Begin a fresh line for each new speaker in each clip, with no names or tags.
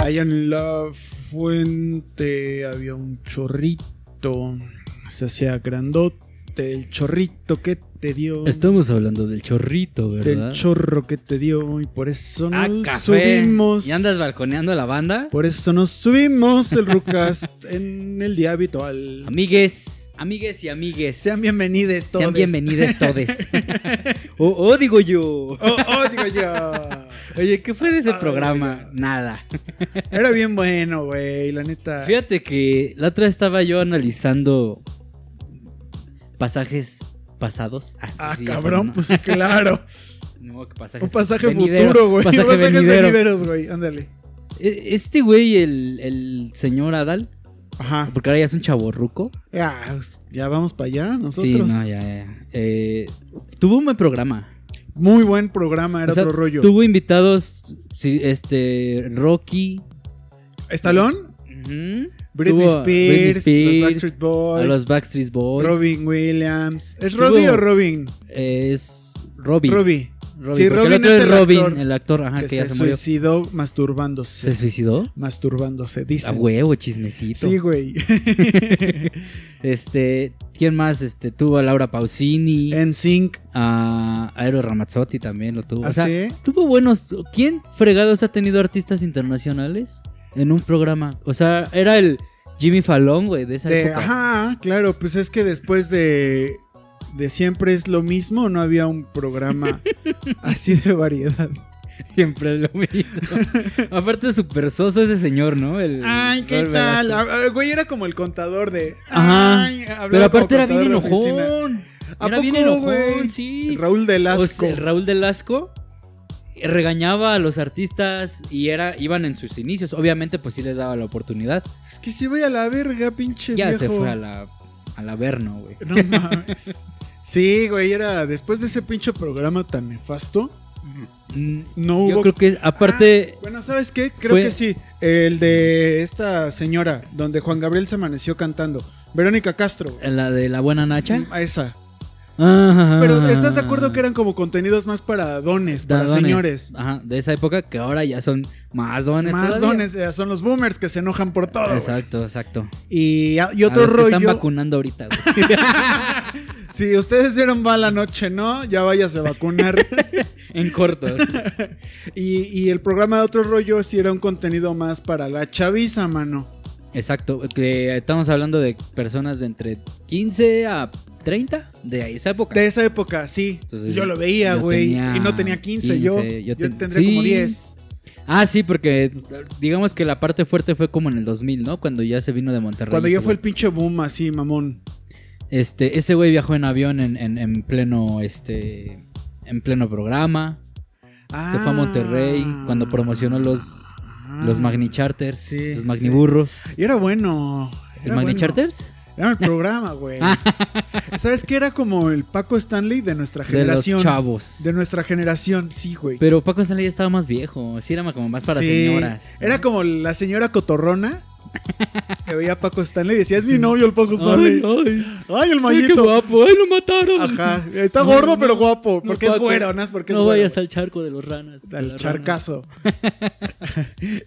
Allá en la fuente había un chorrito. Se hacía grandote. El chorrito que te dio.
Estamos hablando del chorrito, ¿verdad?
Del chorro que te dio. Y por eso
Ah,
nos
café.
subimos.
¿Y andas balconeando a la banda?
Por eso nos subimos el Rucast en el día habitual.
Amigues, amigues y amigues.
Sean bienvenidos todos.
Sean bienvenidos todes. oh, oh, digo yo.
Oh, oh, digo yo.
Oye, ¿qué fue de ese
Ay,
programa?
oiga.
Nada.
Era bien bueno, güey, la neta.
Fíjate que la otra vez estaba yo analizando pasajes pasados.
Ah,
sí, ya
cabrón,
fueron,
pues claro.
¿no? No, que pasajes
Un pasaje
venidero,
futuro, güey.
pasaje
Pasajes
venidero.
venideros, güey. Ándale.
E- Este güey, el, el señor Adal,
Ajá.
porque ahora ya es un chaborruco.
Ya, pues, ya vamos para allá nosotros.
Sí, no, ya, ya. Eh, tuvo un buen programa.
Muy buen programa, era
O sea,
otro rollo.
Tuvo invitados, sí, este, Rocky,
Estalón,
ujú,
Britney,
Tuvo a Britney
Spears, los
Spears,
Backstreet Boys,
a los Backstreet Boys.
Robin Williams. ¿Es
Tuvo-
Robbie o Robin?
Es Robbie.
Robbie.
Robin,
Sí,
porque
Robin
el otro
es
es
el
Robin,
actor
el actor, ajá,
que,
Ah, que, ya
se,
se, murió.
suicidó masturbándose.
¿Se suicidó?
Masturbándose, dice.
A huevo, chismecito.
Sí, güey.
Este, ¿quién más? Este, tuvo a Laura Pausini,
en Sync.
a Aero Ramazzotti también lo tuvo. O sea,
así.
tuvo buenos. ¿Quién fregados ha tenido artistas internacionales en un programa? O sea, era el Jimmy Fallon, güey, de esa
de-
época.
ajá, claro, pues es que después de, de siempre es lo mismo, no había un programa así de variedad.
Siempre es lo mismo. Aparte, súper soso ese señor, ¿no? El, Robert Velasco.
Ah, ah, Güey, era como el contador de.
Ajá.
ay, hablaba
Pero aparte
como
era bien
contador de oficina.
enojón.
¿A
Era bien
poco,
enojón,
güey?
sí.
Raúl Delasco.
O sea, Raúl Delasco regañaba a los artistas y era iban en sus inicios. Obviamente, pues sí les daba la oportunidad.
Es que si voy a la verga, pinche
ya
viejo.
se fue a la, a la verno, güey.
No mames. Sí, güey, era después de ese pinche programa tan nefasto,
Mm,
no
Yo
hubo Ah,
creo que, aparte,
Bueno, ¿sabes qué? Creo
Fue-
que sí. El de esta señora, donde Juan Gabriel se amaneció cantando. Verónica Castro. güey.
la de la buena Nacha.
Mm, A esa.
Ah.
Pero ¿estás de acuerdo que eran como contenidos más para dones, para
Dones.
señores?
Ajá, de esa época que ahora ya son más dones.
Más
todavía.
dones, eh, son los boomers que se enojan por todo. güey.
Exacto, exacto.
Y, y
A
otro
los que
rollo.
están vacunando ahorita, güey.
Si ustedes vieron va la noche, ¿no? Ya váyase a vacunar.
en corto.
y, y el programa de otro rollo sí era un contenido más para la chaviza, mano.
Exacto, que estamos hablando de personas de entre 15 a 30 de esa época.
De esa época, sí.
Entonces,
yo lo veía,
yo
güey.
tenía
Y no tenía 15, yo,
15,
yo
yo ten-
tendría como
sí.
10.
Ah, sí, porque digamos que la parte fuerte fue como en el 2000, ¿no? Cuando ya se vino de Monterrey.
Cuando
ese
yo fue el
güey.
pinche boom así, mamón.
Este, ese güey viajó en avión en, en- en pleno, este, en pleno programa. Se fue a Monterrey cuando promocionó los-
Ah.
los Magni Charters,
sí,
los
sí.
Magni Burros.
Y era bueno.
¿El
era
Magni
bueno.
Charters?
Era el programa, güey. ¿Sabes qué? Era como el Paco Stanley de nuestra
De los
generación.
chavos.
De nuestra generación, sí, güey.
Pero Paco Stanley ya estaba más viejo. Sí, era como más para
Sí.
señoras.
Era como la señora cotorrona que veía a Paco Stanley y decía, es mi novio el Paco Stanley. Ay,
ay,
el
ay, qué
mallito.
guapo. Ay, lo mataron.
Ajá. Está
No,
gordo,
no,
pero guapo.
no,
Porque es
Paco.
güero, ¿no? Es Porque
no
es güero.
vayas al charco de los ranas. de
Al
las ranas.
charcazo.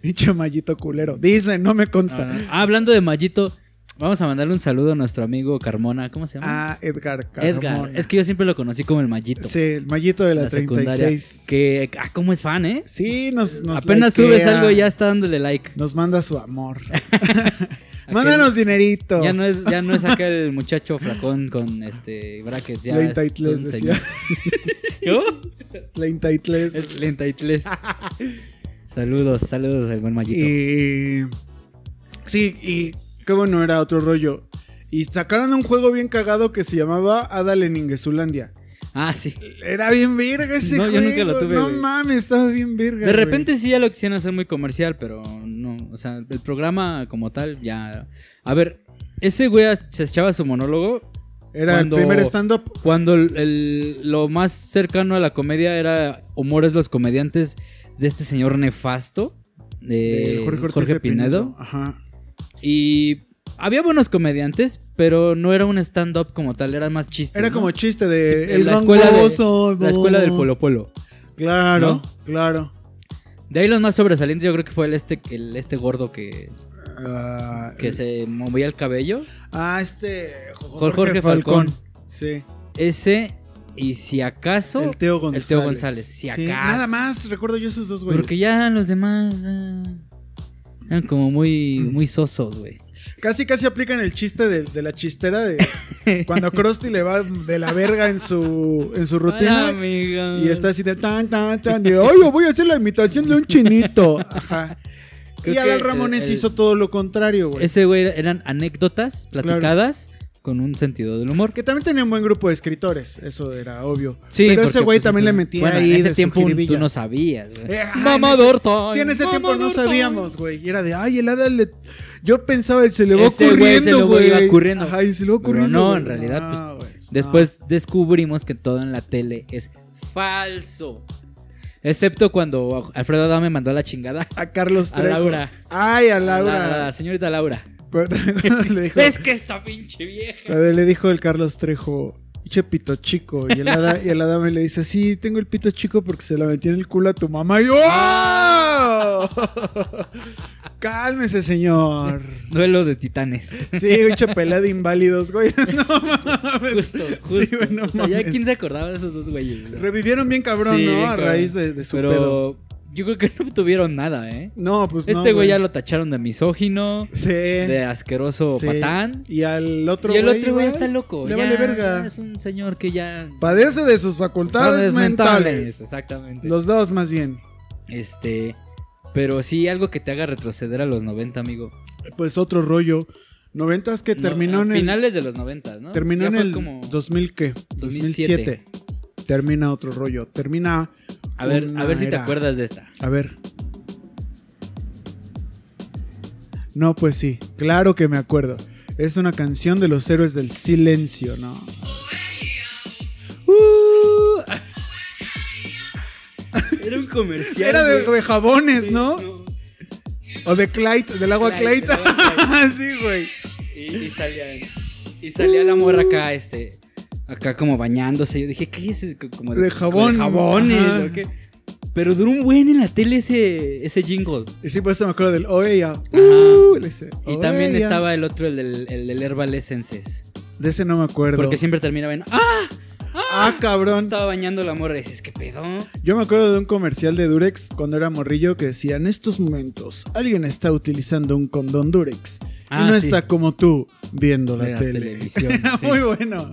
Pinche mallito culero. Dicen, no me consta.
Ah, hablando de Mallito, vamos a mandarle un saludo a nuestro amigo Carmona. ¿Cómo se llama?
Ah, Edgar Carmona.
Edgar. Es que yo siempre lo conocí como el Mallito.
Sí, el mallito de la,
en
36.
Que, ah, cómo es fan, ¿eh?
Sí, nos, nos
Apenas
likea.
subes algo y ya está dándole like.
Nos manda su amor. Mándanos dinerito.
Ya no es, ya no es aquel muchacho flacón con este brackets. Ya es
33
un
decía.
señor. ¿Yo?
33.
El 33. saludos, saludos al buen Mallito.
Y. Sí, y qué bueno era otro rollo. Y sacaron un juego bien cagado que se llamaba Adal en Ingezulandia.
Ah, sí.
Era bien verga ese
No,
juego.
yo nunca lo tuve,
No
güey.
mames, estaba bien verga.
De
güey.
repente sí ya lo quisieron hacer muy comercial, pero no, o sea, el programa como tal ya... A ver, ese güey as- se echaba su monólogo
Era
cuando-
el primer stand-up.
cuando el- el- lo más cercano a la comedia era Humores los comediantes de este señor nefasto, de
del
eh, Jorge,
Ortiz de
Pinedo.
Ajá.
Y había buenos comediantes, pero no era un stand-up como tal, eran más chistes.
Era
¿no?
como chiste de.
Sí,
el
la escuela de-
gangoso,
la escuela del
no.
Polo Polo.
Claro,
¿No?
claro.
De ahí los más sobresalientes yo creo que fue el este, el este gordo que,
Ah,
que se movía el cabello.
ah, este. Jo-
Jorge Falcón.
Sí.
Ese, y si acaso,
El Teo González.
el Teo González, si
Sí,
acaso.
nada más recuerdo yo esos dos güeyes.
porque ya los demás ah, eran como muy, muy sosos, güey.
Casi, casi aplican el chiste de, de la chistera de cuando Krusty le va de la verga en su, en su
Hola,
rutina.
amiga.
Y está así de tan, tan, tan. De, oye, voy a hacer la imitación de un chinito. Ajá.
Creo
y
que
Adal Ramones
el- el-
hizo todo lo contrario, güey.
Ese güey eran anécdotas platicadas con un sentido del humor.
Que también tenía un buen grupo de escritores, eso era obvio.
Sí,
Pero
porque,
ese güey
pues,
también le
ese-
metía
bueno,
ahí.
En ese
de su
tiempo
jiribilla.
tú no sabías. güey.
Eh, ajá,
Mamador Toy.
Sí, en ese tiempo no
mamador Toy.
sabíamos, güey. Y era de, ay, el hada le... Yo pensaba, se le va
Ese güey se le
ocurriendo,
va-
güey.
iba ocurriendo.
Ajá, y se le va
Pero
ocurriendo.
no,
güey.
en realidad, pues,
No, güey, no.
Después descubrimos que todo en la tele es falso. Excepto cuando Alfredo Adame mandó a la chingada
A Carlos
a
Trejo.
Laura.
Ay, a
A la, a la
Laura.
señorita Laura. Pues,
Pero también le, dijo,
Es que esta pinche vieja.
cuando le dijo el Carlos Trejo, che pito chico. Y el, hada, y el hada me le dice, sí, tengo el pito chico porque se la metí en el culo a tu mamá. Y yo,
Ah.
¡oh! Cálmese, señor.
Duelo de titanes.
Sí, pinche pelea de inválidos, güey. No mames.
Justo, justo.
Sí, güey, no
o sea, ya
mames.
quién se acordaba de esos dos güeyes. güey?
Revivieron bien cabrón,
Sí,
¿no?
bien
a
cabrón.
raíz de, de su
Pero
pedo.
yo creo que no tuvieron nada, ¿eh?
No, pues no.
este güey ya lo tacharon de misógino,
Sí.
de asqueroso
sí.
patán.
Y al otro
y el
güey
otro güey
igual,
está loco.
Le
ya,
vale verga.
Es un señor que ya.
Padece de sus facultades
Facultades
mentales.
Exactamente.
Los dos más bien.
Este. Pero sí, algo que te haga retroceder a los 90, amigo.
Pues otro rollo. Noventas que
No,
terminó
a
en el...
Finales de los 90, ¿no?
Terminó
Ya
en
fue
el
como-
2000 qué?
2007.
2007. Termina otro rollo. Termina...
A ver, a
una
ver si te
era.
acuerdas de esta.
A ver. No, pues sí, claro que me acuerdo. Es una canción de los héroes del silencio, ¿no? Uh,
Era un comercial.
era de, de jabones, ¿no? O de Clyde, del agua
Clyde,
Clyde.
del agua
sí, güey.
Y, y salía, y salía la morra acá, este, acá como bañándose. Yo dije, ¿qué es? eso? Como
De jabón.
como de jabones,
Ajá.
¿o qué? Pero duró un buen en la tele ese, ese jingle.
Y sí, por eso me acuerdo del Oeya. Uh,
Ajá.
le dice,
Y también
"Oeya".
estaba el otro, el del, el del Herbal Essences.
De ese no me acuerdo.
Porque siempre terminaba en. ¡Ah!
Ah, cabrón.
Estaba bañando la morra y dices, ¿qué pedo?
Yo me acuerdo de un comercial de Durex cuando era morrillo que decía, en estos momentos, alguien está utilizando un condón Durex.
Ah,
y no
sí.
está como tú viendo la,
De la
tele.
televisión,
Era
sí.
Muy bueno.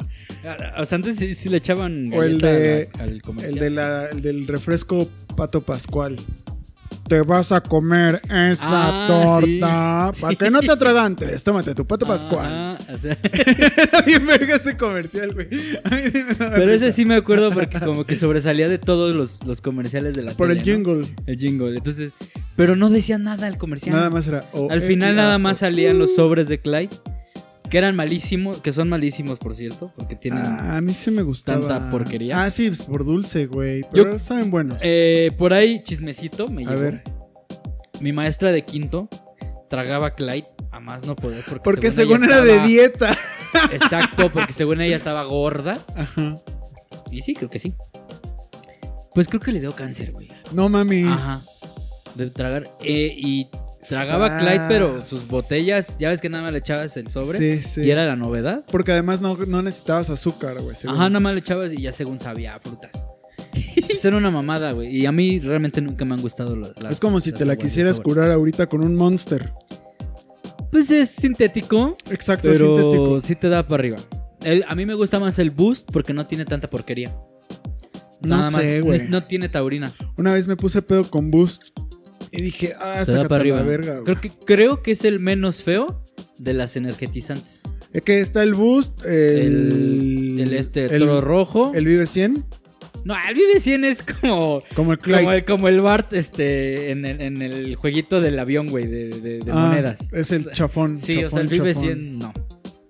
O sea, antes sí, sí le echaban.
O el
galleta
de-
a la- al comercial.
El, de la- el del refresco Pato Pascual. Te vas a comer esa
Ah,
torta.
sí.
Para
Sí.
que no te atragantes, tómate tu Pato Pascual.
Ah, o sea,
Era bien verga ese comercial, güey. A mí me daba
pero ese
risa.
sí me acuerdo porque como que sobresalía de todos los, los comerciales de la
Por el
tele, ¿no?
jingle.
El jingle. Entonces, pero no decía nada al comercial.
Nada más era. "Oh,
Al
eh,
final
ya,
nada
oh".
más salían los sobres de Clyde, que eran malísimos, que son malísimos, por cierto, porque tienen...
Ah, a mí sí me gustaba.
tanta porquería.
Ah, sí, pues, por dulce, güey. Pero
Yo-
saben buenos.
Eh, por ahí, chismecito, me
a
llegó.
ver.
Mi maestra de quinto tragaba Clyde a más no poder. Porque,
Porque
según
según,
ella
era de
estaba-
dieta.
Exacto, porque según ella estaba gorda.
Ajá.
Y sí, creo que sí. Pues creo que le dio cáncer, güey.
No mames.
Ajá. De tragar. Eh, y tragaba
Sas.
Clyde, pero sus botellas, ya ves que nada más le echabas el sobre.
Sí, sí.
Y era la novedad.
Porque además no, no necesitabas azúcar, güey. según.
Ajá, nada más le echabas y ya según sabía a frutas. Entonces era una mamada, güey. Y a mí realmente nunca me han gustado lo- las.
es como si
las
te la
aguas de
quisieras
sabor.
curar ahorita con un monster.
Pues es sintético,
Exacto,
pero
sintético.
sí te da para arriba. El- a mí me gusta más el boost porque no tiene tanta porquería.
No
Nada
sé,
más.
güey.
es- No tiene taurina.
Una vez me puse pedo con Boost y dije, ah,
Te da
sácate
para arriba.
la verga, güey.
creo, que, creo que es el menos feo de las energetizantes.
Es que está el Boost, el.
El, el este
el-
toro rojo.
el Vive 100,
no, el Vive 100 es como.
como el Clyde.
Como el, como el Bart este, en, el, en el jueguito del avión, güey, de, de- de
Ah,
monedas.
Es el
O sea,
chafón.
Sí, o sea,
chafón,
el Vive
chafón.
100 no.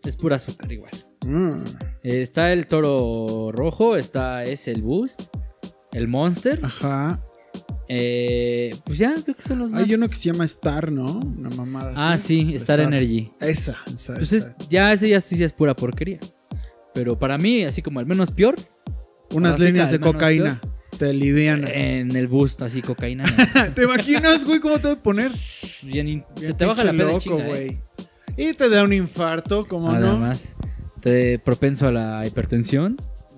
Es pura azúcar igual.
Mm.
Eh, Está el toro rojo, está es el Boost, el Monster.
Ah. Ajá.
Eh, pues ya, creo que son los más.
Hay uno que se llama Star, ¿no? Una mamada.
Ah, sí, Star Energy.
Esa, esa.
Pues
esa.
es- ya ese ya sí sí es pura porquería. Pero para mí, así como al menos peor,
Unas
ahora sí que
líneas de
al menos Eh,
cocaína. Te aliviana.
En el boost, así cocaína.
¿Te imaginas, güey, cómo te va a poner?
no. Bien in- se
Bien
te baja la
pinche
peda en
loco,
chinga, eh.
güey. Y te da un infarto, ¿cómo no?
Además, te propenso a la hipertensión.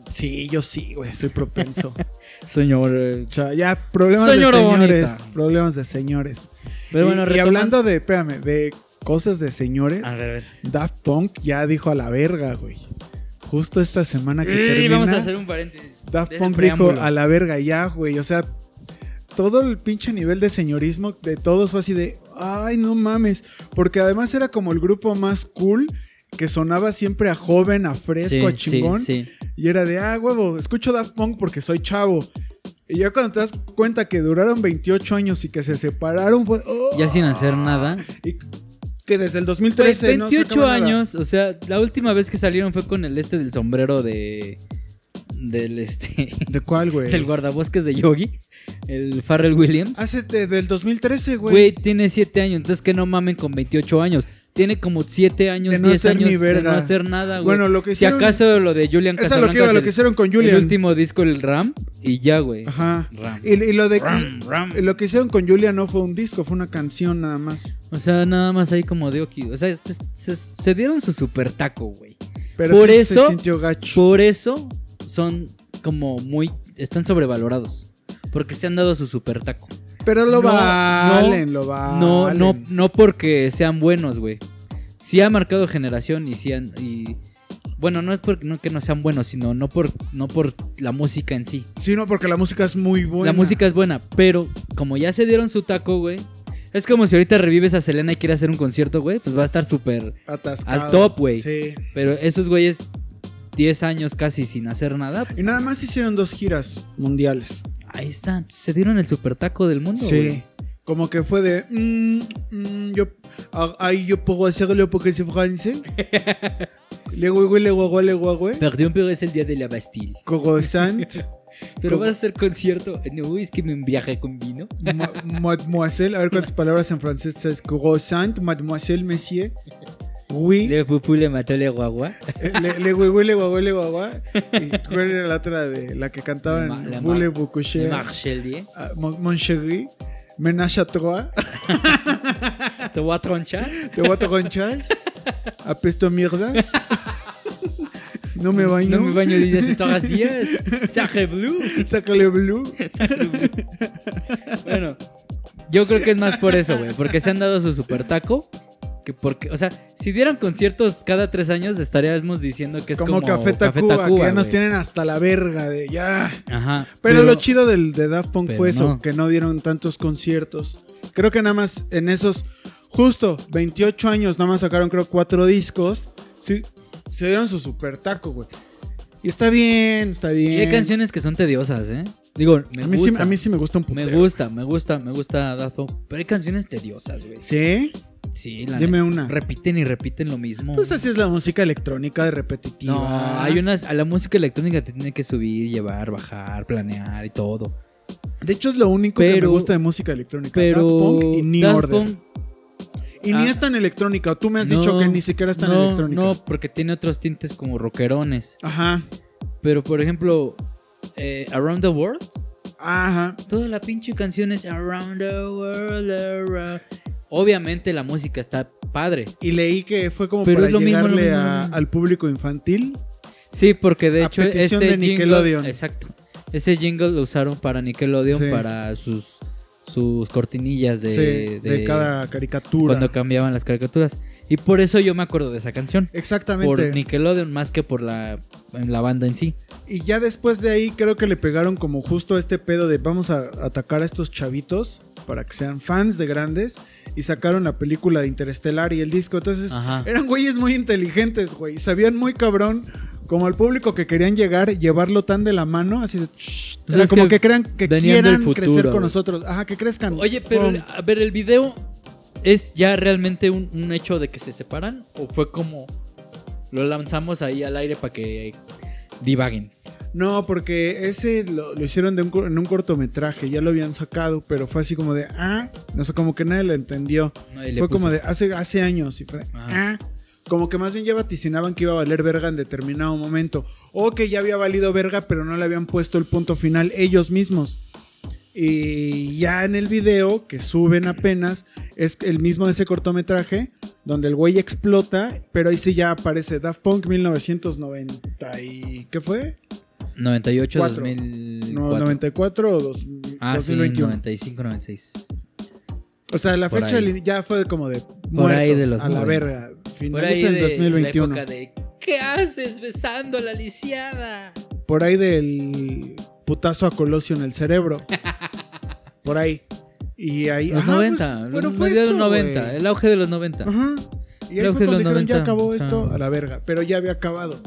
Sí, yo sí, güey, soy propenso.
Señor. eh,
O sea, ya, problemas
Señora
de señores.
bonita.
Problemas de señores.
Pero bueno,
y, y
retomando-
hablando de, espérame, de cosas de señores,
A ver, a ver.
Daft Punk ya dijo a la verga, güey. Justo esta semana que
Y
termina,
vamos a hacer un paréntesis.
Daft
desde
Punk
el
dijo
preámbulo.
a la verga ya, güey. O sea, todo el pinche nivel de señorismo de todos fue así de, ay, no mames. Porque además era como el grupo más cool que sonaba siempre a joven, a fresco, a chingón.
Sí, sí.
Y era de, ah, huevo, escucho Daft Punk porque soy chavo. Y ya cuando te das cuenta que duraron 28 años y que se separaron, fue. ¡oh!
Ya sin hacer nada.
Y que desde el
Pues
2013 no se
28
acaba nada.
años, o sea, la última vez que salieron fue con el este del sombrero de. Del este.
¿De cuál,
Del
güey?
guardabosques de Yogi. El Farrell Williams.
Hace desde el 2013,
Güey,
Ah, güey.
tiene 7 años, entonces que no mamen con 28 años. Tiene como 7 años,
De
10
no hacer
años
ni
de no
verga.
hacer nada, güey.
Bueno, lo que hicieron.
Si acaso lo de Julian
Esa es lo
Casablancas,
que iba, lo
el-
que hicieron con
el,
Julian.
último disco, el Ram, y ya, güey.
Ajá.
Ram.
Y, y lo de.
Ram, ram.
Lo que hicieron con Julian no fue un disco, fue una canción nada más.
O sea, nada más ahí como de Oki. O sea, se, se- se dieron su super taco, güey.
Pero
Por
sí
eso-
se sintió gacho.
Por eso son como muy. Están sobrevalorados. Porque se han dado su super taco.
Pero lo
No,
valen, lo valen.
No, no, no porque sean buenos, güey. Sí ha marcado generación y sí han. Y, bueno, no es porque no que no sean buenos, sino no por, no por la música en sí.
Sino porque la música es muy buena.
La música es buena, pero como ya se dieron su taco, güey. Es como si ahorita revives a Selena y quieres hacer un concierto, güey. Pues va a estar súper.
Atascada.
al top, güey.
Sí.
Pero esos güeyes, 10 años casi sin hacer nada.
Y nada más hicieron dos giras mundiales.
Ahí están. Se dieron el super taco del mundo,
sí.
güey.
Como que fue de. mm, mm, yo, ah, ay, yo puedo hacerlo porque soy francés. le guagüe, le guagüe, le guagüe.
Perdón, pero es el día de la Bastille.
Corosant.
Pero
¿Cómo?
vas a hacer concierto. No, es que me viaje con vino.
ma- Mademoiselle. A ver cuántas palabras en francés es. Corosant, mademoiselle, monsieur. Oui. eh,
Le pupú le mató le guagua.
Le le guagüe, le guagüe, le guagüe. ¿Y cuál era la otra de la que
La ma-
cantaban?
la ma-
Boule
Le
Boucouché.
marché le día.
Ah, Mon chéri. Ménage à trois. Ah.
Te voy a tronchar.
Te voy a tronchar. Apesto mierda. No me baño.
No me baño desde hace todas días. Sacre blue.
Sácale blue.
Sacre blue. Bueno, yo creo que es más por eso, güey. Porque se han dado su super taco. Que porque, o sea, si dieran conciertos cada tres años, estaríamos diciendo que es como,
como, Café Tacuba, que ya nos
güey.
tienen hasta la verga de ya.
Ajá.
Pero, lo chido del de Daft Punk
pero
fue eso,
no.
que no dieron tantos conciertos. Creo que nada más en esos, justo 28 años, nada más sacaron creo cuatro discos. Sí, se dieron su super taco, güey. Y está bien, está bien.
Y hay canciones que son tediosas, ¿eh? Digo, me
a, mí sí,
gusta.
a mí sí me gusta un
me
putero.
gusta, me gusta, me gusta Daft Punk, Pero hay canciones tediosas, güey.
¿Sí?
Sí, la
Dime
neta.
una.
Repiten y repiten lo mismo.
Pues así es la música electrónica de repetitiva.
no, hay unas. A la música electrónica te tiene que subir, llevar, bajar, planear y todo.
De hecho es lo único que me
Pero-
gusta de música electrónica.
Pero.
Daft Punk y New
Daft
Order.
Punk,
Y ni
Ah.
es tan electrónica. Tú me has
No,
dicho que ni siquiera es tan
no,
electrónica.
No, porque tiene otros tintes como rockerones.
Ajá.
Pero por ejemplo, eh, Around the World.
Ajá.
Toda la pinche canción es Around the World. around- Obviamente la música está padre.
Y leí que fue como
Pero
para
es lo mismo,
llegarle
lo mismo,
a-
lo mismo.
al público infantil.
Sí, porque de
A
hecho ese
petición de Nickelodeon.
jingle, exacto, ese jingle lo usaron para Nickelodeon
Sí.
para sus sus cortinillas de,
sí, de,
de
cada caricatura.
cuando cambiaban las caricaturas y por eso yo me acuerdo de esa canción por
Exactamente.
Nickelodeon más que por la en la banda en sí.
Y ya después de ahí creo que le pegaron como justo este pedo de vamos a atacar a estos chavitos para que sean fans de grandes. Y sacaron la película de Interestelar y el disco. Entonces
Ajá.
eran güeyes muy inteligentes, güey. Sabían muy cabrón. Como al público que querían llegar, llevarlo tan de la mano, así de... o sea,
Pues es
como que,
que
crean que
venían del
quieran
futuro,
crecer con
güey.
nosotros. Ajá, que crezcan.
Oye, pero
Pum.
a ver el video es ya realmente un, un hecho de que se separan o fue como lo lanzamos ahí al aire para que divaguen.
No, porque ese lo, lo hicieron de un cor- en un cortometraje, ya lo habían sacado, pero fue así como de, ah, no sé, como que nadie lo entendió.
Nadie le
fue
puso.
como de hace, hace años y fue de,
Ajá.
ah, Como que más bien ya vaticinaban que iba a valer verga en determinado momento. O que ya había valido verga, pero no le habían puesto el punto final ellos mismos. Y ya en el video que suben apenas, es el mismo de ese cortometraje, donde el güey explota, pero ahí sí ya aparece Daft Punk 1990 y... ¿Qué fue?
98,
Cuatro.
2004.
No, 94 o dos-
ah,
2021.
sí, 95, 96.
O sea, la
Por
fecha
ahí.
li- ya fue como de muertos,
ahí de los
a la
90.
verga.
Por ahí
Finaliza en
de
2021.
la época de ¿Qué haces besando a la lisiada?
Por ahí del putazo a Colosio en el cerebro. Por ahí. Y ahí.
Los
ajá,
90,
pues,
los,
bueno, fue
mediados
eso,
90,
güey.
el auge de los 90.
Ajá. Y ahí
Creo
fue
que
cuando
los
dijeron,
90,
ya acabó
o sea.
esto a la verga. Pero ya había acabado.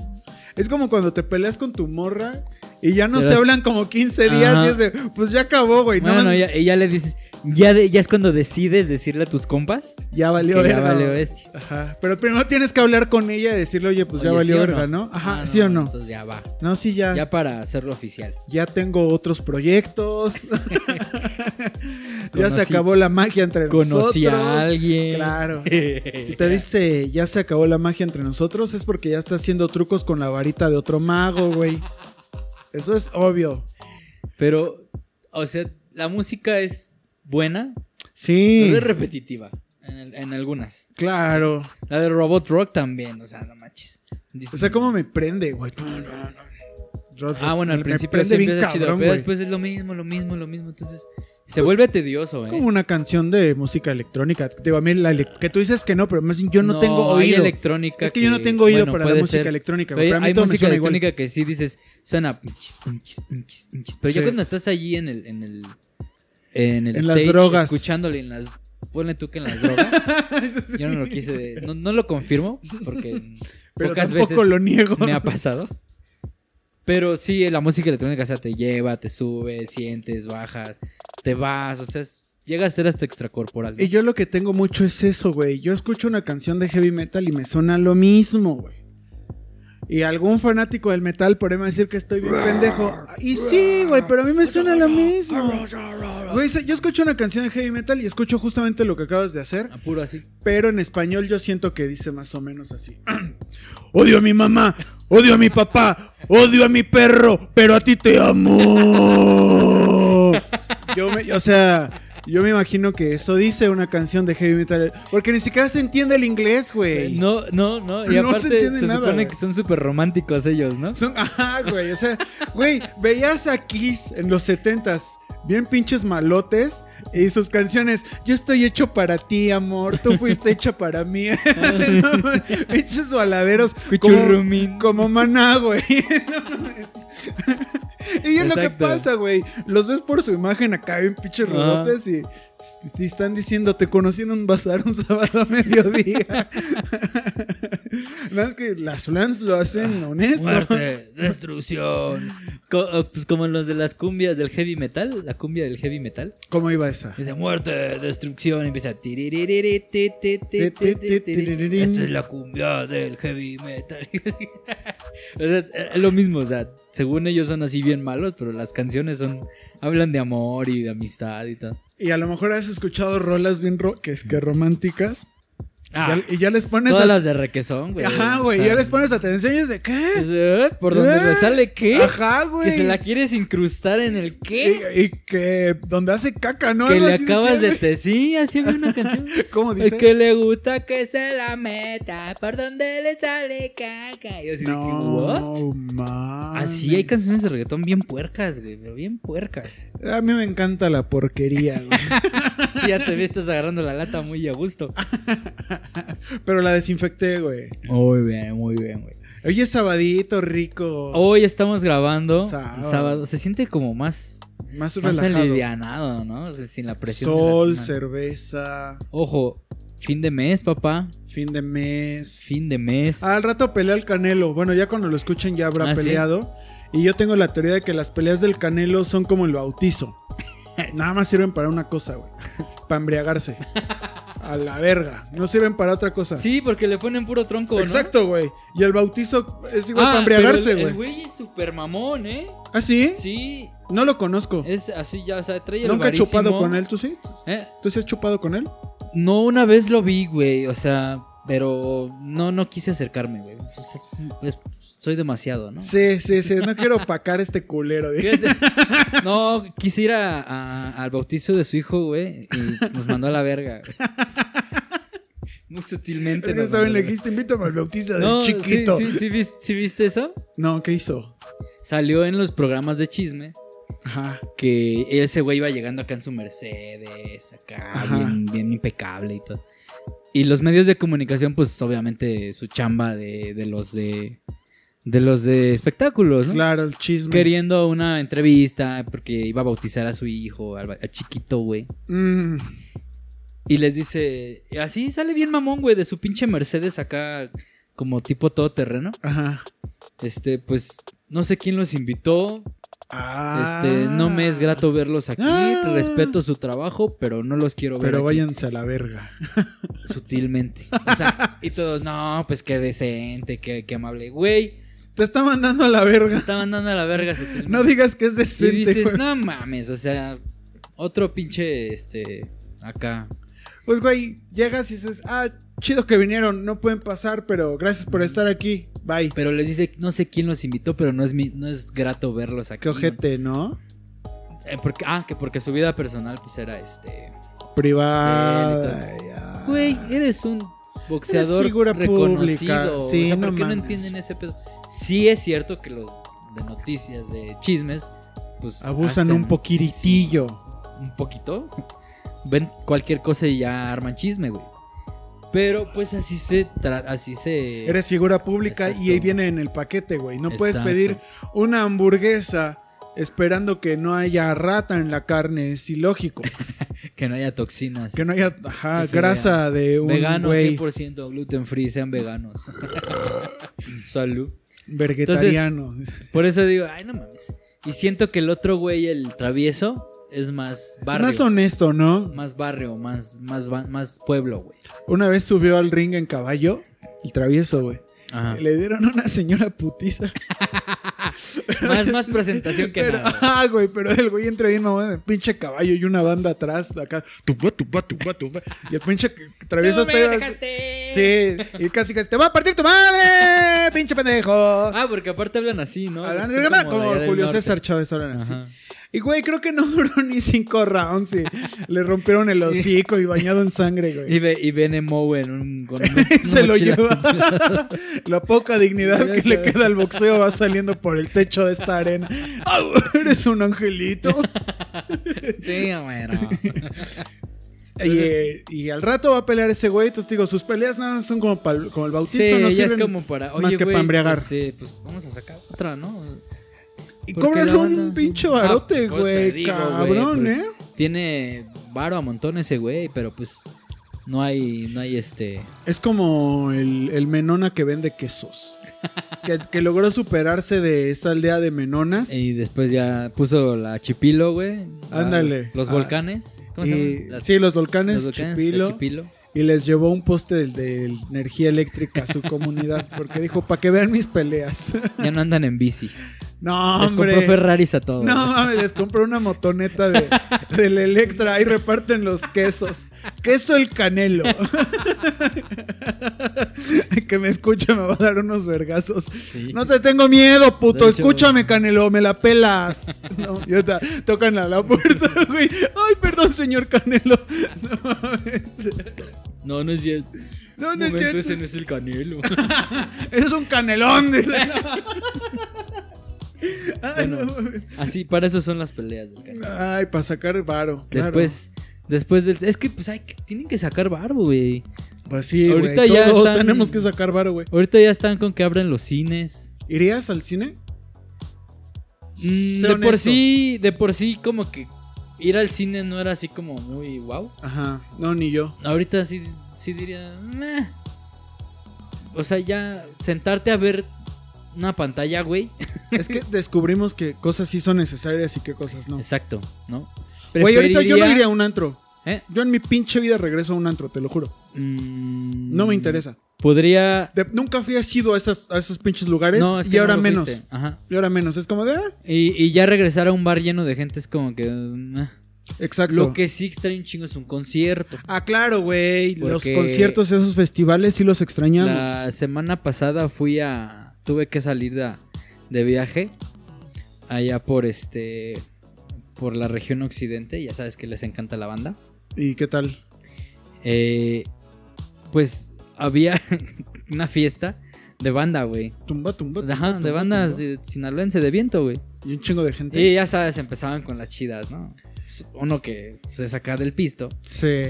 Es como cuando te peleas con tu morra y ya no
Te
se
das-
hablan como 15 días
Ajá.
y es de, pues ya acabó, güey. no
Bueno,
más-
ya, y ya le dices, ya, de- ya es cuando decides decirle a tus compas
ya valió
que ya
verga.
valió
güey.
este.
Ajá. Pero primero tienes que hablar con ella y decirle, oye, pues ya
Oye,
valió
¿sí o Ah,
verga, ¿no? Ajá, ¿sí o no?
Entonces ya va,
No, sí, ya.
ya para hacerlo oficial.
ya tengo otros proyectos. ya se
Conocí-
acabó la magia entre
Conocí
nosotros.
a alguien.
Claro. Si
si
te dice ya se acabó la magia entre nosotros, es porque ya está haciendo trucos con la varita de otro mago, güey. Eso es obvio.
Pero, o sea, la música es buena,
Sí,
pero es repetitiva en, en algunas.
claro.
La de Robot Rock también, o sea, no manches.
O sea, ¿cómo me prende, güey?
Ah, bueno, al
Me
principio
prende
sí
bien
empieza chido,
cabrón,
pero
güey.
después es lo mismo, lo mismo, lo mismo. Entonces, se
Pues,
vuelve tedioso, ¿eh?
Como una canción de música electrónica. Digo, a mí la elec- que tú dices que no, pero más bien yo no, tengo
hay
oído.
electrónica
Es que yo no tengo oído
bueno,
para la
puede
música
ser.
electrónica. güey.
Pero
Para
hay
mí todo me
música
suena igual.
electrónica que sí dices, suena. pinchis, pinchis, pinchis, pinchis. Pero ya
Sí.
cuando estás allí en el. En, el, en, el
En las
stage,
drogas.
Escuchándole en las. Ponle tú que en las drogas. yo no lo quise. No, no lo confirmo porque
Pero
pocas
tampoco
veces
lo niego.
me ha pasado. Pero sí, la música electrónica, o sea, te lleva, te sube, sientes, bajas, te vas, o sea, es- llega a ser hasta extracorporal. ¿no?
Y yo lo que tengo mucho es eso, güey. Yo escucho una canción de heavy metal y me suena lo mismo, güey. Y algún fanático del metal por ahí me va a decir que estoy bien pendejo. Y sí, güey, pero a mí me suena lo mismo. Güey, yo escucho una canción de heavy metal y escucho justamente lo que acabas de hacer.
Apuro así.
pero en español yo siento que dice más o menos así. Odio a mi mamá, odio a mi papá, odio a mi perro, pero a ti te amo. Yo me- o sea, yo me imagino que eso dice una canción de heavy metal, porque ni siquiera se entiende el inglés, güey.
Eh, No, no, no. Y
No se
aparte se,
entiende nada,
supone
güey.
que son súper románticos ellos, ¿no?
Son, ajá, güey, o sea, güey, veías a Kiss en los 70s, bien pinches malotes, y sus canciones, yo estoy hecho para ti, amor, tú fuiste hecha para mí. No, pinches baladeros. Como,
Cuchurrumín.
como maná, güey. No mames. y es lo que
Exacto.
pasa, güey. Los ves por su imagen acá, bien pinches
Ajá.
robotes, y, y están diciendo, te conocí en un bazar un sábado a mediodía. Nada más que las flans lo hacen
Ah,
honesto.
Muerte, destrucción. Co- o, pues como los de las cumbias del heavy metal, la cumbia del heavy metal.
¿Cómo iba esa?
Dice muerte, destrucción. y Empieza. "Tiririri, ti, ti, ti, ti, ti, ti". Esta es la cumbia del heavy metal. o sea, es lo mismo. O sea, según ellos son así bien malos, pero las canciones son. Hablan de amor y de amistad y todo.
Y a lo mejor has escuchado rolas bien ro- que, es que románticas.
Ah,
y, ya, y ya les pones.
todas
a-
las de requesón, güey.
Ajá, güey.
O sea,
ya les pones atención y es de qué.
Pues, ¿eh? ¿Por donde
¿Eh?
le sale qué?
Ajá, güey.
Que se la quieres incrustar en el qué.
Y, y que donde hace caca, ¿no?
que
Algo
le
así
acabas de
decía,
te. Sí, así había una canción.
güey. ¿Cómo
El
dice?
que le gusta que se la meta. Por donde le sale caca. Y yo así de que,
No,
¿what?
mames.
Así hay canciones de reggaetón bien puercas, güey, pero bien puercas.
A mí me encanta la porquería, güey.
Sí, ya te vi, estás agarrando la lata muy a gusto.
Pero la desinfecté, güey.
Muy bien, muy bien, güey.
Oye, es sabadito, rico.
Hoy estamos grabando
Sábado.
sábado. Se siente como más,
más
más
relajado.
alivianado, ¿no? O sea, sin la presión. de la
Sol,
semana.
cerveza,
Ojo, fin de mes, papá.
fin de mes.
Fin de mes.
Al rato pelea el Canelo. Bueno, ya cuando lo escuchen ya habrá
Ah, ¿sí?
peleado. Y yo tengo la teoría de que las peleas del Canelo son como el bautizo. Nada más sirven para una cosa, güey. Para embriagarse. A la verga. No sirven para otra cosa.
Sí, porque le ponen puro tronco, ¿no?
Exacto, güey. Y el bautizo es igual
Ah,
para embriagarse,
pero el- El
güey.
güey es súper mamón, ¿eh?
¿Ah, sí?
Sí,
No lo conozco.
es así ya, o sea, trae el
Nunca he
barísimo.
chupado con él, ¿tú sí?
¿Eh?
¿Tú sí has chupado con él?
No, una vez lo vi, güey, o sea, Pero no, no quise acercarme, güey. Pues es- es- soy demasiado, ¿no?
Sí, sí, sí. No quiero opacar este culero. dije.
Fíjate. No, quise ir a- a- al bautizo de su hijo, güey, y pues, nos mandó a la verga. güey. Muy sutilmente.
Es que
nos
estaba bien,
mandó a
le
la verga.
dijiste, invítame al bautizo
No,
del chiquito.
Sí, sí, sí, vis- sí viste eso?
No, ¿qué hizo?
Salió en los programas de chisme
Ajá.
que ese güey iba llegando acá en su Mercedes, acá,
Ajá.
bien, bien impecable y todo. Y los medios de comunicación, pues obviamente su chamba de, de los de, de los de espectáculos, ¿no?
Claro, el chisme.
Queriendo una entrevista porque iba a bautizar a su hijo, al, ba- al chiquito, güey.
Mm,
Y les dice, así sale bien mamón, güey, de su pinche Mercedes acá, como tipo todoterreno.
ajá.
Este, pues, no sé quién los invitó,
Ah.
Este, no me es grato verlos aquí.
Ah.
Respeto su trabajo, pero no los quiero ver
Pero
aquí,
váyanse a la verga.
sutilmente. O sea, y todos, no, pues qué decente, qué, qué amable. Güey,
Te está mandando a la
te
verga.
está mandando a la verga sutilmente.
No digas que es
y
decente.
dices,
güey.
no mames, o sea, otro pinche, este, acá.
Pues, güey, llegas y dices, ah, chido que vinieron, no pueden pasar, pero gracias por estar aquí. Bye.
Pero les dice, no sé quién los invitó, pero no es, mi, no es grato verlos aquí.
Qué ojete, ¿no?
Eh, porque, ah, que porque su vida personal, pues era este.
Privada. ya.
Güey, eres un boxeador
Eres figura pública,
reconocido.
sí,
o sea,
no
¿por qué
mames.
no entienden ese pedo? Sí es cierto que los de noticias, de chismes, pues
Abusan
hacen-
un poquiritillo.
sí, un poquito. Ven cualquier cosa y ya arman chisme, güey. Pero pues así se tra- así se
Eres figura pública y
Exacto.
ahí viene en el paquete, güey. No puedes
Exacto.
pedir una hamburguesa esperando que no haya rata en la carne. Es ilógico.
que no haya toxinas.
Que no haya ajá,
Qué fea.
grasa de un
veganos
güey
100% gluten free, sean veganos. Salud.
vegetariano.
Por eso digo, ay, no mames. Y siento que el otro güey, el travieso, es más barrio.
Más honesto, ¿no?
Más barrio, más, más, ba- más pueblo, güey.
Una vez subió al ring en caballo, el travieso, güey.
Ajá.
Le dieron una señora putiza.
Más, más presentación que
Pero,
nada.
ah, güey, pero el güey entra bien mamón, el pinche caballo y una banda atrás, acá. Tupa, tupa, tupa, tupa. Y el pinche travieso
¡Tú me
está.
dejaste!
Sí, y casi casi te va a partir tu madre, pinche pendejo.
Ah, porque aparte hablan así, ¿no?
Hablan-
Son
como
de allá del
Julio
norte.
César Chávez hablan así.
Ajá.
Y güey, creo que no duró ni cinco rounds. y le rompieron el hocico y bañado en sangre,
Y,
güey.
ve, y ven Moe en un. Con
Se lo lleva. La poca dignidad que le queda al boxeo va saliendo por el techo de esta arena. ¡Au! Eres un angelito.
Sí, bueno.
Y, eh, y al rato va a pelear ese güey. Entonces digo, sus peleas nada más son como, pa'l- como el bautizo.
Sí,
no
ya es
sirven.
como para.
más
oye,
que
güey,
pa' embriagar.
este, pues vamos a sacar otra, ¿no?
y
porque
cóbrale
la
un
banda-
pinche
Ah,
barote,
pues te
güey.
digo, güey, pues.
cabrón,
porque-
¿eh?
Tiene varo a montón ese güey, pero pues no hay, no hay este.
Es como el, el menona que vende quesos. que, que logró superarse de esa aldea de menonas.
Y después ya puso la Chipilo, güey. La-
Ándale.
Los
Ah.
volcanes. ¿Cómo se
Y-
llaman? Las-
sí, los volcanes,
los volcanes de
Chipilo,
Chipilo.
y les llevó un poste del- de, energía eléctrica a su comunidad porque dijo, para que vean mis peleas.
Ya no andan en bici.
no,
Les
hombre.
compró Ferraris a todos.
No mames, les compré una motoneta de, del Electra. Ahí reparten los quesos. Queso el canelo. que me escucha, me va a dar unos vergazos.
Sí.
No te tengo miedo, puto.
De hecho-
Escúchame, Canelo, me la pelas. No, yo ta- tocan a la puerta, güey. Ay, perdón, señor Canelo. No mames.
No, no es cierto.
No, no es
Momento,
cierto.
ese no es este. el canelo.
Ese es un canelón. dice. Ay, no
Bueno.
mames.
Así, para eso son las peleas del canelo.
Ay, para sacar varo. claro.
Después, después del. Es que pues hay que- tienen que sacar barbo, güey.
Pues sí,
Ahorita
güey,
ya
todos
están-
tenemos que sacar varo, güey.
Ahorita ya están con que abren los cines.
¿Irías al cine?
Mm,
Sé
de por
honesto.
sí, de por sí, como que ir al cine no era así como muy wow.
Ajá, no, ni yo.
Ahorita sí, sí diría. "Meh". O sea, ya sentarte a ver una pantalla, güey.
Es que descubrimos que cosas sí son necesarias y qué cosas no.
Exacto, ¿no?
Güey, ahorita yo no
Preferiría-
iría a un antro.
¿Eh?
Yo en mi pinche vida regreso a un antro, te lo juro.
Mm,
No me interesa.
Podría.
De- nunca fui asido a, esas, a esos pinches lugares
No, es que
y
no
ahora
lo
menos.
fuiste. Ajá.
Y ahora menos. Es como de, ah,
Y, y ya regresar a un bar lleno de gente es como que. "Meh".
Exacto.
Lo que sí extraño un chingo es un concierto.
Ah, claro, güey. Los
Porque-
conciertos, esos festivales, sí los extrañamos.
La semana pasada fui a. Tuve que salir de, de viaje. Allá por este. Por la región occidente. Ya sabes que les encanta la banda.
¿Y qué tal?
Eh, pues había una fiesta de banda, güey.
Tumba, tumba. tumba,
Ajá,
tumba,
de bandas
tumba.
de sinaloense de viento, güey.
Y un chingo de gente.
Y ya sabes, empezaban con las chidas, ¿no? Pues, Uno que se saca del pisto.
Sí.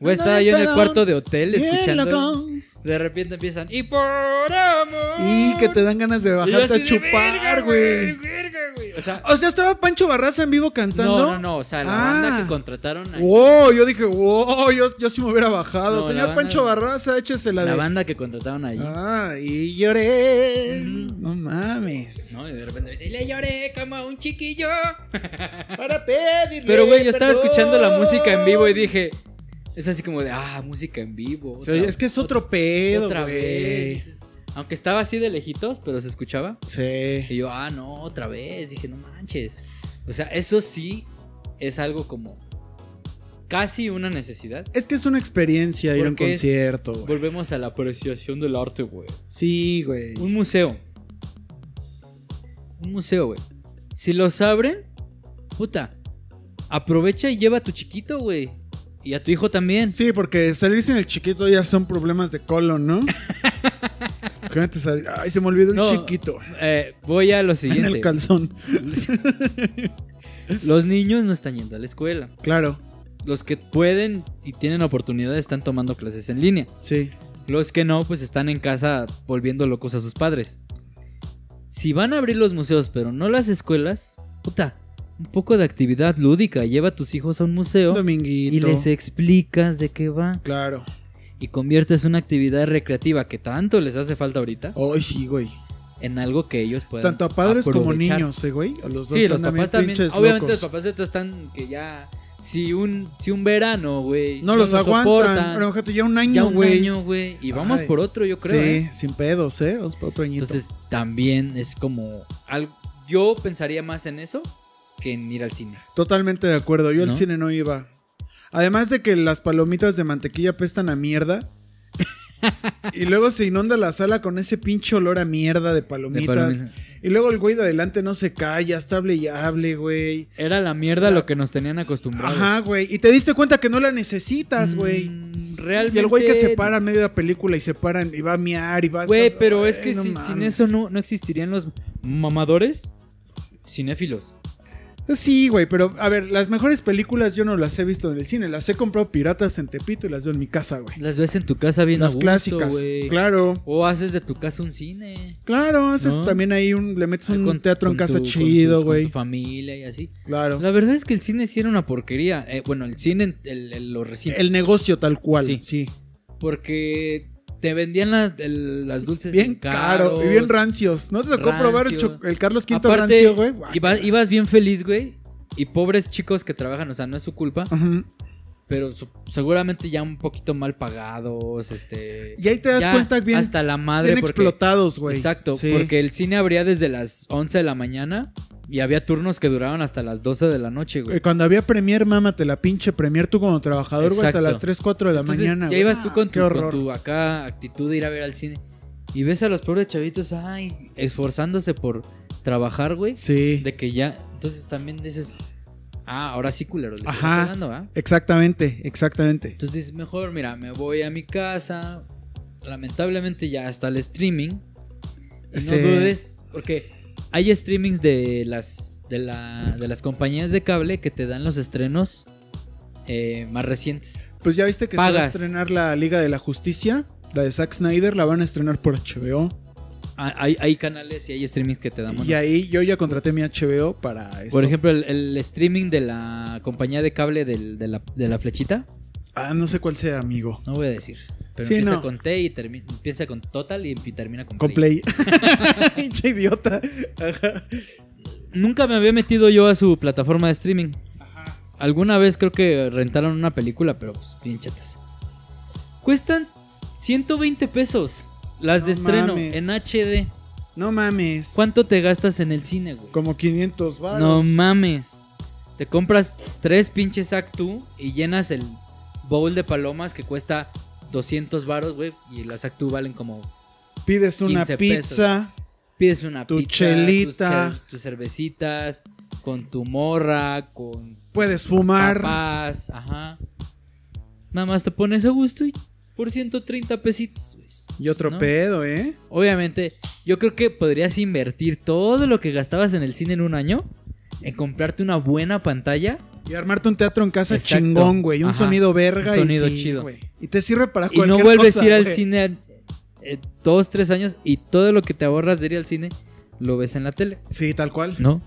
Güey, estaba yo en el cuarto de hotel
Bien
escuchando.
loco.
De repente empiezan. Y por amor.
Y que te dan ganas de
Y yo
bajarte
así
a
de,
chupar,
"Verga,
güey.
verga, güey". O sea,
O sea, estaba Pancho Barraza en vivo cantando.
no, no, no. O sea, la banda
Ah.
que contrataron. ahí-
Wow, yo dije, wow, yo, yo sí me hubiera bajado.
No, la
Señor
banda-
Pancho Barraza, échese la
la
de.
banda que contrataron allí.
Ah, y lloré.
Ujú.
No mames.
¿no? Y de repente me dice, le lloré como un chiquillo.
Para pedirle.
Pero, güey, yo estaba
perdón.
escuchando la música en vivo y dije, es así como de, ah, música en vivo.
O sea, es que es otro pedo,
otra
güey.
vez. Dices, Aunque estaba así de lejitos, pero se escuchaba.
Sí.
Y yo, ah, no, otra vez. Dije, no manches. O sea, eso sí es algo como casi una necesidad.
Es que es una experiencia ir a un
Porque es-
concierto, güey.
Volvemos a la apreciación del arte, güey.
Sí, güey.
Un museo. Un museo, güey. Si los abren, puta, aprovecha y lleva a tu chiquito, güey. Y a tu hijo también.
Sí, porque salir sin el chiquito ya son problemas de colon, ¿no? Imagínate salir. Ay, se me olvidó el
No,
chiquito.
Eh, voy a
En
lo
el
siguiente.
calzón.
los niños no están yendo a la escuela.
Claro,
Los que pueden y tienen oportunidad están tomando clases en línea.
sí.
Los que no, pues están en casa volviendo locos a sus padres. Si van a abrir los museos, pero no las escuelas, puta, un poco de actividad lúdica. Lleva a tus hijos a un museo.
Un dominguito.
Y les explicas de qué va.
Claro.
Y conviertes una actividad recreativa que tanto les hace falta ahorita
Ay, sí, güey.
en algo que ellos puedan.
Oh. Tanto a padres como
aprovechar.
niños, ¿eh, güey. A los dos
Sí, los
andan bien
papás también.
pinches
Obviamente
locos.
los papás ahorita están que ya. Si un, si un verano, güey.
No los aguantan.
soportan,
Pero fíjate, ya un
ya
año,
un
güey.
año, güey. Y vamos
Ay,
por otro, yo creo.
sí,
¿eh?
sin pedos, ¿eh? Vamos para otro añito.
Entonces también es como. algo- yo pensaría más en eso que en ir al cine.
Totalmente de acuerdo. Yo al
¿No?
cine no iba. Además de que las palomitas de mantequilla pestan a mierda. y luego se inunda la sala con ese pinche olor a mierda de
De
palomitas.
palomitas.
Y luego el güey de adelante no se calla, está hable y hable, güey.
Era la mierda
La-
lo que nos tenían acostumbrados.
Ajá, güey. Y te diste cuenta que no la necesitas, güey.
Mm,
Y
Realmente.
el güey que se para a medio de la película y se para y va a miar y va a...
Güey, pero es que
Ay, no
sin, sin
mames.
eso no, no existirían los mamadores cinéfilos.
Eh, Sí, güey, pero a ver, las mejores películas yo no las he visto en el cine. Las he comprado piratas en Tepito y las veo en mi casa, güey.
Las ves en tu casa bien a
Las
gusto,
clásicas.
güey.
Claro.
O haces de tu casa un cine.
Claro, ese es
¿No?
también ahí un, le metes un
Con-
teatro en
con
casa
tu- con
chido,
tus- con
güey.
tu familia y así.
Claro.
La verdad es que el cine sí era una porquería. Eh, bueno, el cine, el, el- lo recién.
El negocio tal cual, sí.
Sí. Porque te vendían las, el- las dulces
Bien
caros.
caro y bien rancios. ¿No te tocó probar el,
rancio.
cho- el Carlos V
Aparte,
rancio, güey? Guau.
iba- ibas bien feliz, güey. Y pobres chicos que trabajan, o sea, no es su culpa.
Ajá.
pero su- seguramente ya un poquito mal pagados, este...
Y ahí te das
ya
cuenta bien,
Hasta la madre
bien
porque-
explotados, güey.
Exacto,
Sí.
porque el cine abría desde las 11 de la mañana y había turnos que duraban hasta las 12 de la noche, güey.
Eh, Cuando había Premier, mámate la pinche Premier tú como trabajador, güey, hasta
Exacto.
las 3, 4 de la
Entonces,
mañana.
ya
güey. Ah,
ibas tú con
Qué
tu, con
horror.
tu acá actitud de ir a ver al cine. Y ves a los pobres chavitos, ay, esforzándose por trabajar, güey.
Sí.
De que ya... Entonces también dices, ah, ahora sí, culeros, le
Ajá.
están dando, ¿ah?
Exactamente, exactamente.
Entonces dices, mejor, mira, me voy a mi casa. Lamentablemente ya está el streaming. Y no
Sí.
dudes, porque hay streamings de las, de, la- de las compañías de cable que te dan los estrenos eh, más recientes.
Pues ya viste que se va a
Pagas.
estrenar la Liga de la Justicia, la de Zack Snyder, la van a estrenar por HBO.
Ah, Hay, hay canales y hay streamings que te dan.
Y
mono.
ahí yo ya contraté mi HBO para eso.
Ah, Por ejemplo, el, el streaming de la compañía de cable del- de, la, de la flechita,
Ah, no sé cuál sea, amigo.
no voy a decir. Pero
Sí,
empieza
no.
con T y termi- empieza con Total y termina con,
Con
Play.
Play. Pinche idiota. Ajá.
Nunca me había metido yo a su plataforma de streaming. Alguna vez creo que rentaron una película, pero pues bien chatas. Cuestan 120 pesos las de
No
estreno
mames.
en HD.
No mames.
¿Cuánto te gastas en el cine, güey?
Como 500 baros.
No mames. Te compras tres pinches Actu y llenas el bowl de palomas que cuesta 200 varos, güey. Y las Actu valen como...
Pides una
15 pesos,
pizza.
Pides una
Tu
pizza,
chelita.
Tus, chel- tus cervecitas, con tu morra, con
Puedes fumar.
papas, ajá. Nada más te pones a gusto y por 130 pesitos, güey.
Y otro
¿no?
pedo, ¿eh?
Obviamente, yo creo que podrías invertir todo lo que gastabas en el cine en un año en comprarte una buena pantalla
Y armarte un teatro en casa
Exacto.
chingón, güey. Un
Ajá.
sonido verga.
Un sonido
y sí,
chido.
güey. Y te sirve para
y no
cualquier
vuelves
cosa,
a ir al
güey.
cine eh, dos, tres años y todo lo que te ahorras de ir al cine lo ves en la tele,
Sí, tal cual.
¿no?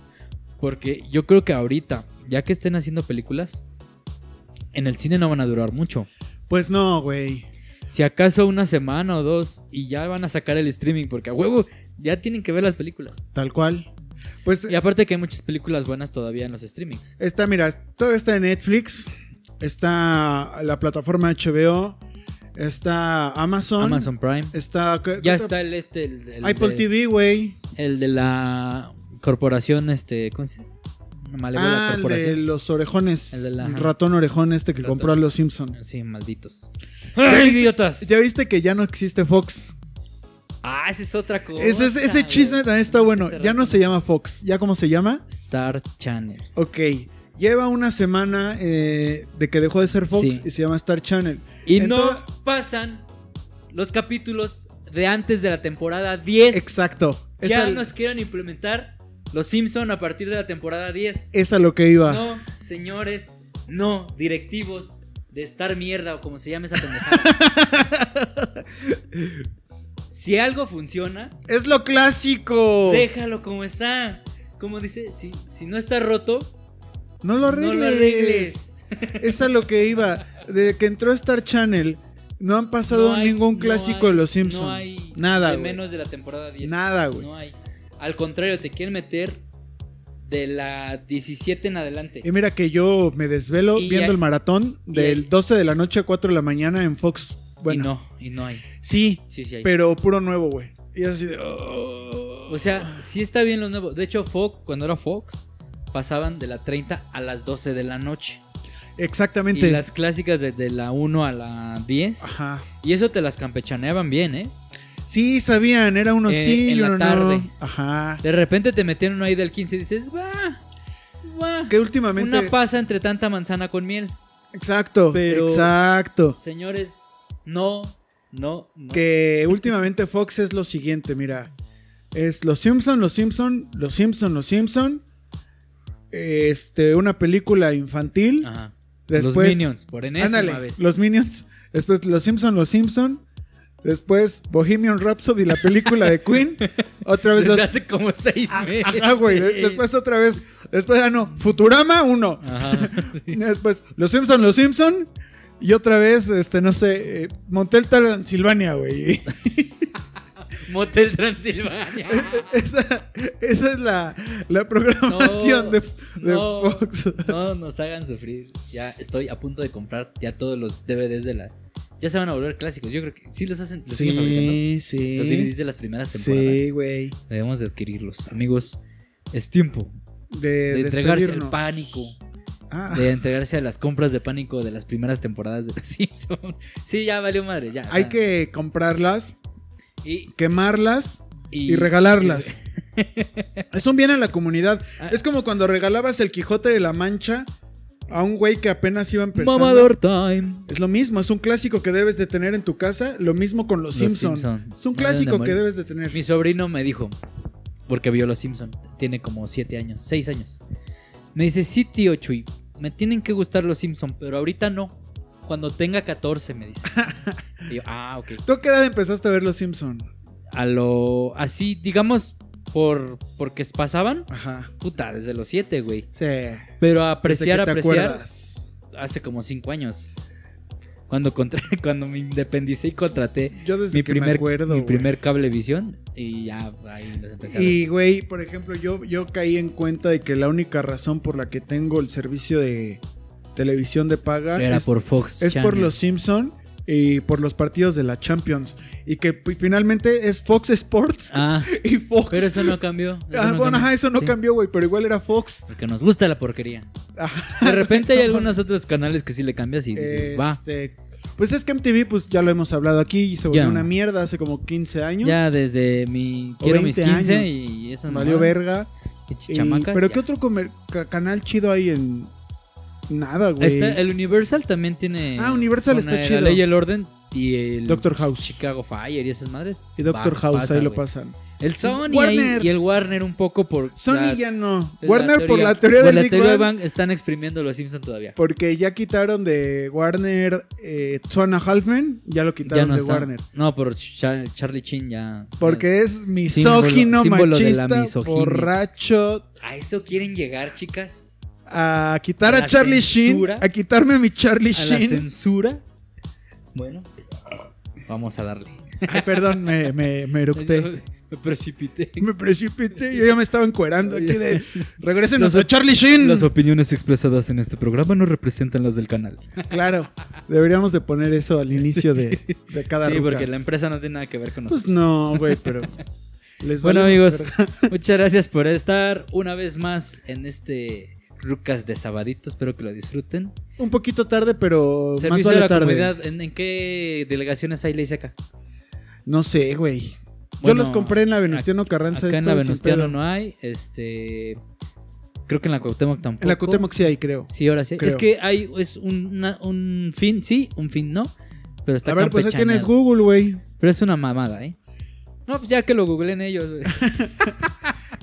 Porque yo creo que ahorita, ya que estén haciendo películas, en el cine no van a durar mucho.
Pues no, güey.
Si acaso una semana o dos y ya van a sacar el streaming, porque a huevo ya tienen que ver las películas.
Tal cual. Pues
Y aparte que hay muchas películas buenas todavía en los streamings.
está, mira, todo está en Netflix. Está la plataforma HBO. Está Amazon.
Amazon Prime.
Está. ¿qué-
Ya
qué
está el este, el, el
otra? eh, Apple
de,
TV, güey.
el de la corporación, este, ¿cómo se llama? Una malévola
Ah, el de
corporación.
los orejones.
El
El,
de la- ajá.
ratón orejón este que
El
compró a
ratón.
los Simpson.
Sí, malditos. ¡Ay, idiotas!
Ya viste que ya no existe Fox.
Ah, esa es otra cosa.
Ese, ese
güey.
chisme también está bueno.
Ese
Ya no
ratón.
se llama Fox. ¿Ya cómo se llama?
Star Channel.
Ok. Lleva una semana eh, de que dejó de ser Fox
Sí.
y se llama Star Channel.
Y
Entonces-
no pasan los capítulos de antes de la temporada 10.
Exacto. Es
Ya
al-
nos quieren implementar los Simpson a partir de la temporada 10.
es a lo que iba.
No, señores, no, directivos de estar mierda o como se llame esa pendejada. si algo funciona,
Es lo clásico.
déjalo como está. Como dice, si, si no está roto,
No lo
no
arregles.
lo arregles.
Es a lo que iba. Desde que entró Star Channel, no han pasado
No hay-
ningún
no
clásico
hay-
de los Simpsons.
No hay
Nada,
De
güey.
menos de la temporada 10.
Nada, güey.
No hay. Al contrario, te quieren meter de la 17 en adelante.
Y mira que yo me desvelo
Y
viendo
ya-
el maratón
y
del
ya-
12 de la noche a 4 de la mañana en Fox. Bueno,
Y no, y no hay.
sí,
Sí, sí hay.
pero puro nuevo, güey. Y es así de, "Oh".
O sea, sí está bien lo nuevo. De hecho, Fox, cuando era Fox, pasaban de la 30 a las 12 de la noche.
exactamente. Ah.
Y las clásicas de, de la 1 a la 10.
Ajá.
Y eso te las campechaneaban bien, ¿eh?
Sí, sabían, era uno
Eh,
sí
en
y
la
uno
tarde.
no. Ajá.
De repente te metieron ahí del 15 y dices, va, va.
Que últimamente.
Una pasa entre tanta manzana con miel.
Exacto,
Pero-
exacto.
Señores, no, no, no.
Que últimamente Fox es lo siguiente, mira. Es Los Simpson, Los Simpson, Los Simpson, Los Simpson. Este, una película infantil.
Ajá.
Después,
Ah, los Minions, por enésima
Ándale,
vez.
los Minions. Después Los Simpson, Los Simpson. Después Bohemian Rhapsody, la película de Queen. Otra vez
Desde
los...
hace como seis meses.
Ajá, Ah, güey. de- Después otra vez... Después, ah, no. Futurama, uno.
Ajá.
Después Los Simpson, Los Simpson. Y otra vez, este, no sé, eh, Motel Transilvania, güey.
Motel Transilvania.
Esa, esa es la, la programación
No,
de, de
no.
Fox.
No nos hagan sufrir. Ya estoy a punto de comprar ya todos los DVDs de la. Ya se van a volver clásicos. Yo creo que sí los hacen. Los siguen fabricando. Los DVDs
sí.
de las primeras temporadas.
Sí, güey.
Debemos de adquirirlos. Amigos, es tiempo
De,
de entregarse al
despedirnos.
pánico.
Ah.
De entregarse a las compras de pánico de las primeras temporadas de Los Simpsons. Sí, ya valió madre. Ya.
Hay
ya.
que comprarlas,
Y,
quemarlas y, regalarlas. es un bien a la comunidad.
Ah.
Es como cuando regalabas el Quijote de la Mancha a un güey que apenas iba
y-
empezando.
Mamador Time.
Es lo mismo, es un clásico que debes de tener en tu casa. Lo mismo con los,
Los
Simpsons.
Simpson.
Es un
No deben de
clásico que
morir.
debes de tener.
Mi sobrino me dijo, porque vio Los Simpson, tiene como 7 años, 6 años. Me dice, sí, tío Chuy, me tienen que gustar Los Simpson, pero ahorita no. Cuando tenga 14, me dice. Y yo, ah, ok.
¿Tú a qué edad empezaste a ver los Simpsons?
A lo... Así, digamos, por porque pasaban,
Ajá.
puta, desde los 7, güey.
Sí. Desde
Pero a apreciar,
que te
apreciar,
acuerdas.
hace como 5 años. Cuando, contra- cuando me independicé y contraté
Yo desde
mi
que
primer,
me acuerdo.
mi
güey.
primer cablevisión y ya ahí los empecé a ver.
Y, güey, por ejemplo, yo, yo caí en cuenta de que la única razón por la que tengo el servicio de televisión de paga
Era
es,
por Fox.
es por
Channel.
los Simpson y por los partidos de la Champions. Y que pues, finalmente es Fox Sports
Ah,
y Fox.
pero eso no cambió. eso
Ah,
no
bueno,
cambió.
ajá, eso no
Sí,
cambió, güey, pero igual era Fox.
Porque nos gusta la porquería.
Ajá.
De repente hay algunos otros canales que sí le cambias y dices, va.
Este, Pues es que MTV, pues ya lo hemos hablado aquí, y se volvió
Ya.
una mierda hace como 15 años.
Ya desde mi quiero mis
20
15
años.
y esas
Valió
mamadas,
verga.
pinches
Y-
chamacas,
pero
ya.
¿qué otro comer- ca- canal chido hay en. Nada, güey.
Está- el Universal también tiene.
Ah, Universal
con,
está
eh,
chido.
La ley y el orden y el.
Doctor House.
Chicago Fire y esas madres.
y Doctor
va,
House,
pasa,
ahí lo
güey.
pasan.
El Sony ahí
Warner.
y el Warner un poco por.
Sony
la-
ya no.
la
Warner, por la teoría
por
del
la
Big
teoría
Bang,
Bang están exprimiendo los Simpson todavía.
Porque ya quitaron de Warner eh, Suana Halfman, ya lo quitaron
ya no
de
está.
Warner.
No, por Char- Charlie Chin ya.
Porque es misógino,
símbolo de la
machista,
misoginia.
borracho.
A eso quieren llegar, chicas.
A quitar
A
a,
la
Charlie
censura.
Sheen, a quitarme a mi Charlie
A la
Sheen.
censura. Bueno, vamos a darle.
Ay, perdón, me, me, me eructé.
Me precipité.
Me precipité, yo ya me estaba encuerando aquí de... Regrésenos
Los-
a Charlie Sheen.
Las opiniones expresadas en este programa no representan las del canal.
Claro, deberíamos de poner eso al inicio de, de cada
Sí,
rucast.
porque la empresa no tiene nada que ver con nosotros.
Pues no, güey, pero... Les
bueno,
valemos
amigos, muchas gracias por estar una vez más en este Rucas de Sabadito. Espero que lo disfruten.
Un poquito tarde, pero Pues más
Servicio a
vale
la
tarde.
comunidad. ¿En, en qué delegaciones hay ley seca?
No sé, güey.
Bueno,
Yo los compré en la Venustiano Carranza.
Acá en
esto
la
sin
Venustiano
pedo.
no hay. Este. Creo que en la Cuauhtémoc tampoco.
En la Cuauhtémoc sí hay, creo.
Sí, ahora sí.
Creo.
Es que hay es un, una- un fin, sí, un fin no. Pero está
A ver, pues ahí tienes
campechaneado.
Google, güey.
Pero es una mamada, ¿eh? No, pues ya que lo googleen ellos. güey.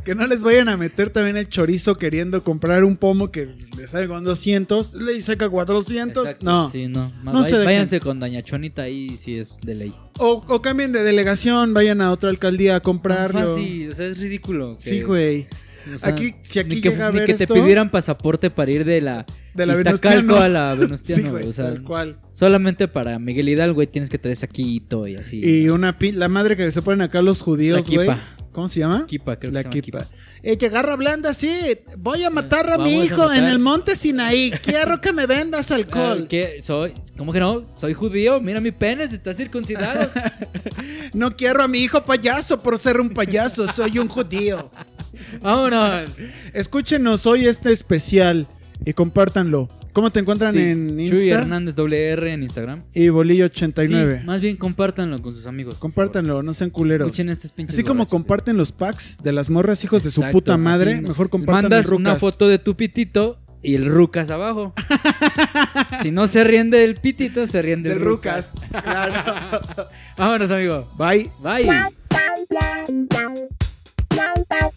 Que no les vayan a meter también el chorizo queriendo comprar un pomo que le sale con 200, le saca 400.
Exacto,
No.
Sí, no. Más
No
vay-
se dejen.
váyanse con Doña Chonita ahí si es de ley.
O, o cambien de delegación, vayan a otra alcaldía a
Tan
comprarlo.
fácil, o sea, es ridículo. que-
Sí, güey.
o sea,
aquí, si aquí
ni que,
llega a
ni
ver
que
esto,
te pidieran pasaporte para ir de la,
de la
Iztacalco
Venustiano.
a la
Sí,
Venustiano.
güey,
o sea,
tal cual.
solamente para Miguel Hidalgo güey, tienes que traer saquito y así.
Y una pin- la madre que se ponen acá los judíos,
La
güey.
kipa.
¿Cómo se llama?
Kipa, creo que
La
se llama
kipa. Eh, que agarra blanda, sí. Voy a matar a mi
Vamos a
hijo en
matar.
el monte Sinaí. Quiero que me vendas alcohol.
Ah, ¿qué? Soy, ¿Cómo que no? Soy judío, mira mi pene, está circuncidado.
No quiero a mi hijo payaso por ser un payaso. Soy un judío.
Vámonos.
Escúchenos hoy este especial y compártanlo. ¿Cómo te encuentran
Sí,
en
Chuy
Insta?
Hernández WR en Instagram.
Y
Sí,
Bolillo89.
más bien compártanlo con sus amigos. por favor.
compártanlo, no sean culeros.
Escuchen estos pinches
Así como
borrachos, sí.
comparten los packs de las morras hijos de su
Exacto,
puta madre,
así.
mejor compartan
Mandas
el Rucas.
una foto de tu pitito y el rucas abajo. si no se ríen del pitito, se ríen del,
del
rucas.
Rucas. Claro.
Vámonos, amigo.
Bye.
Bye.
Bye.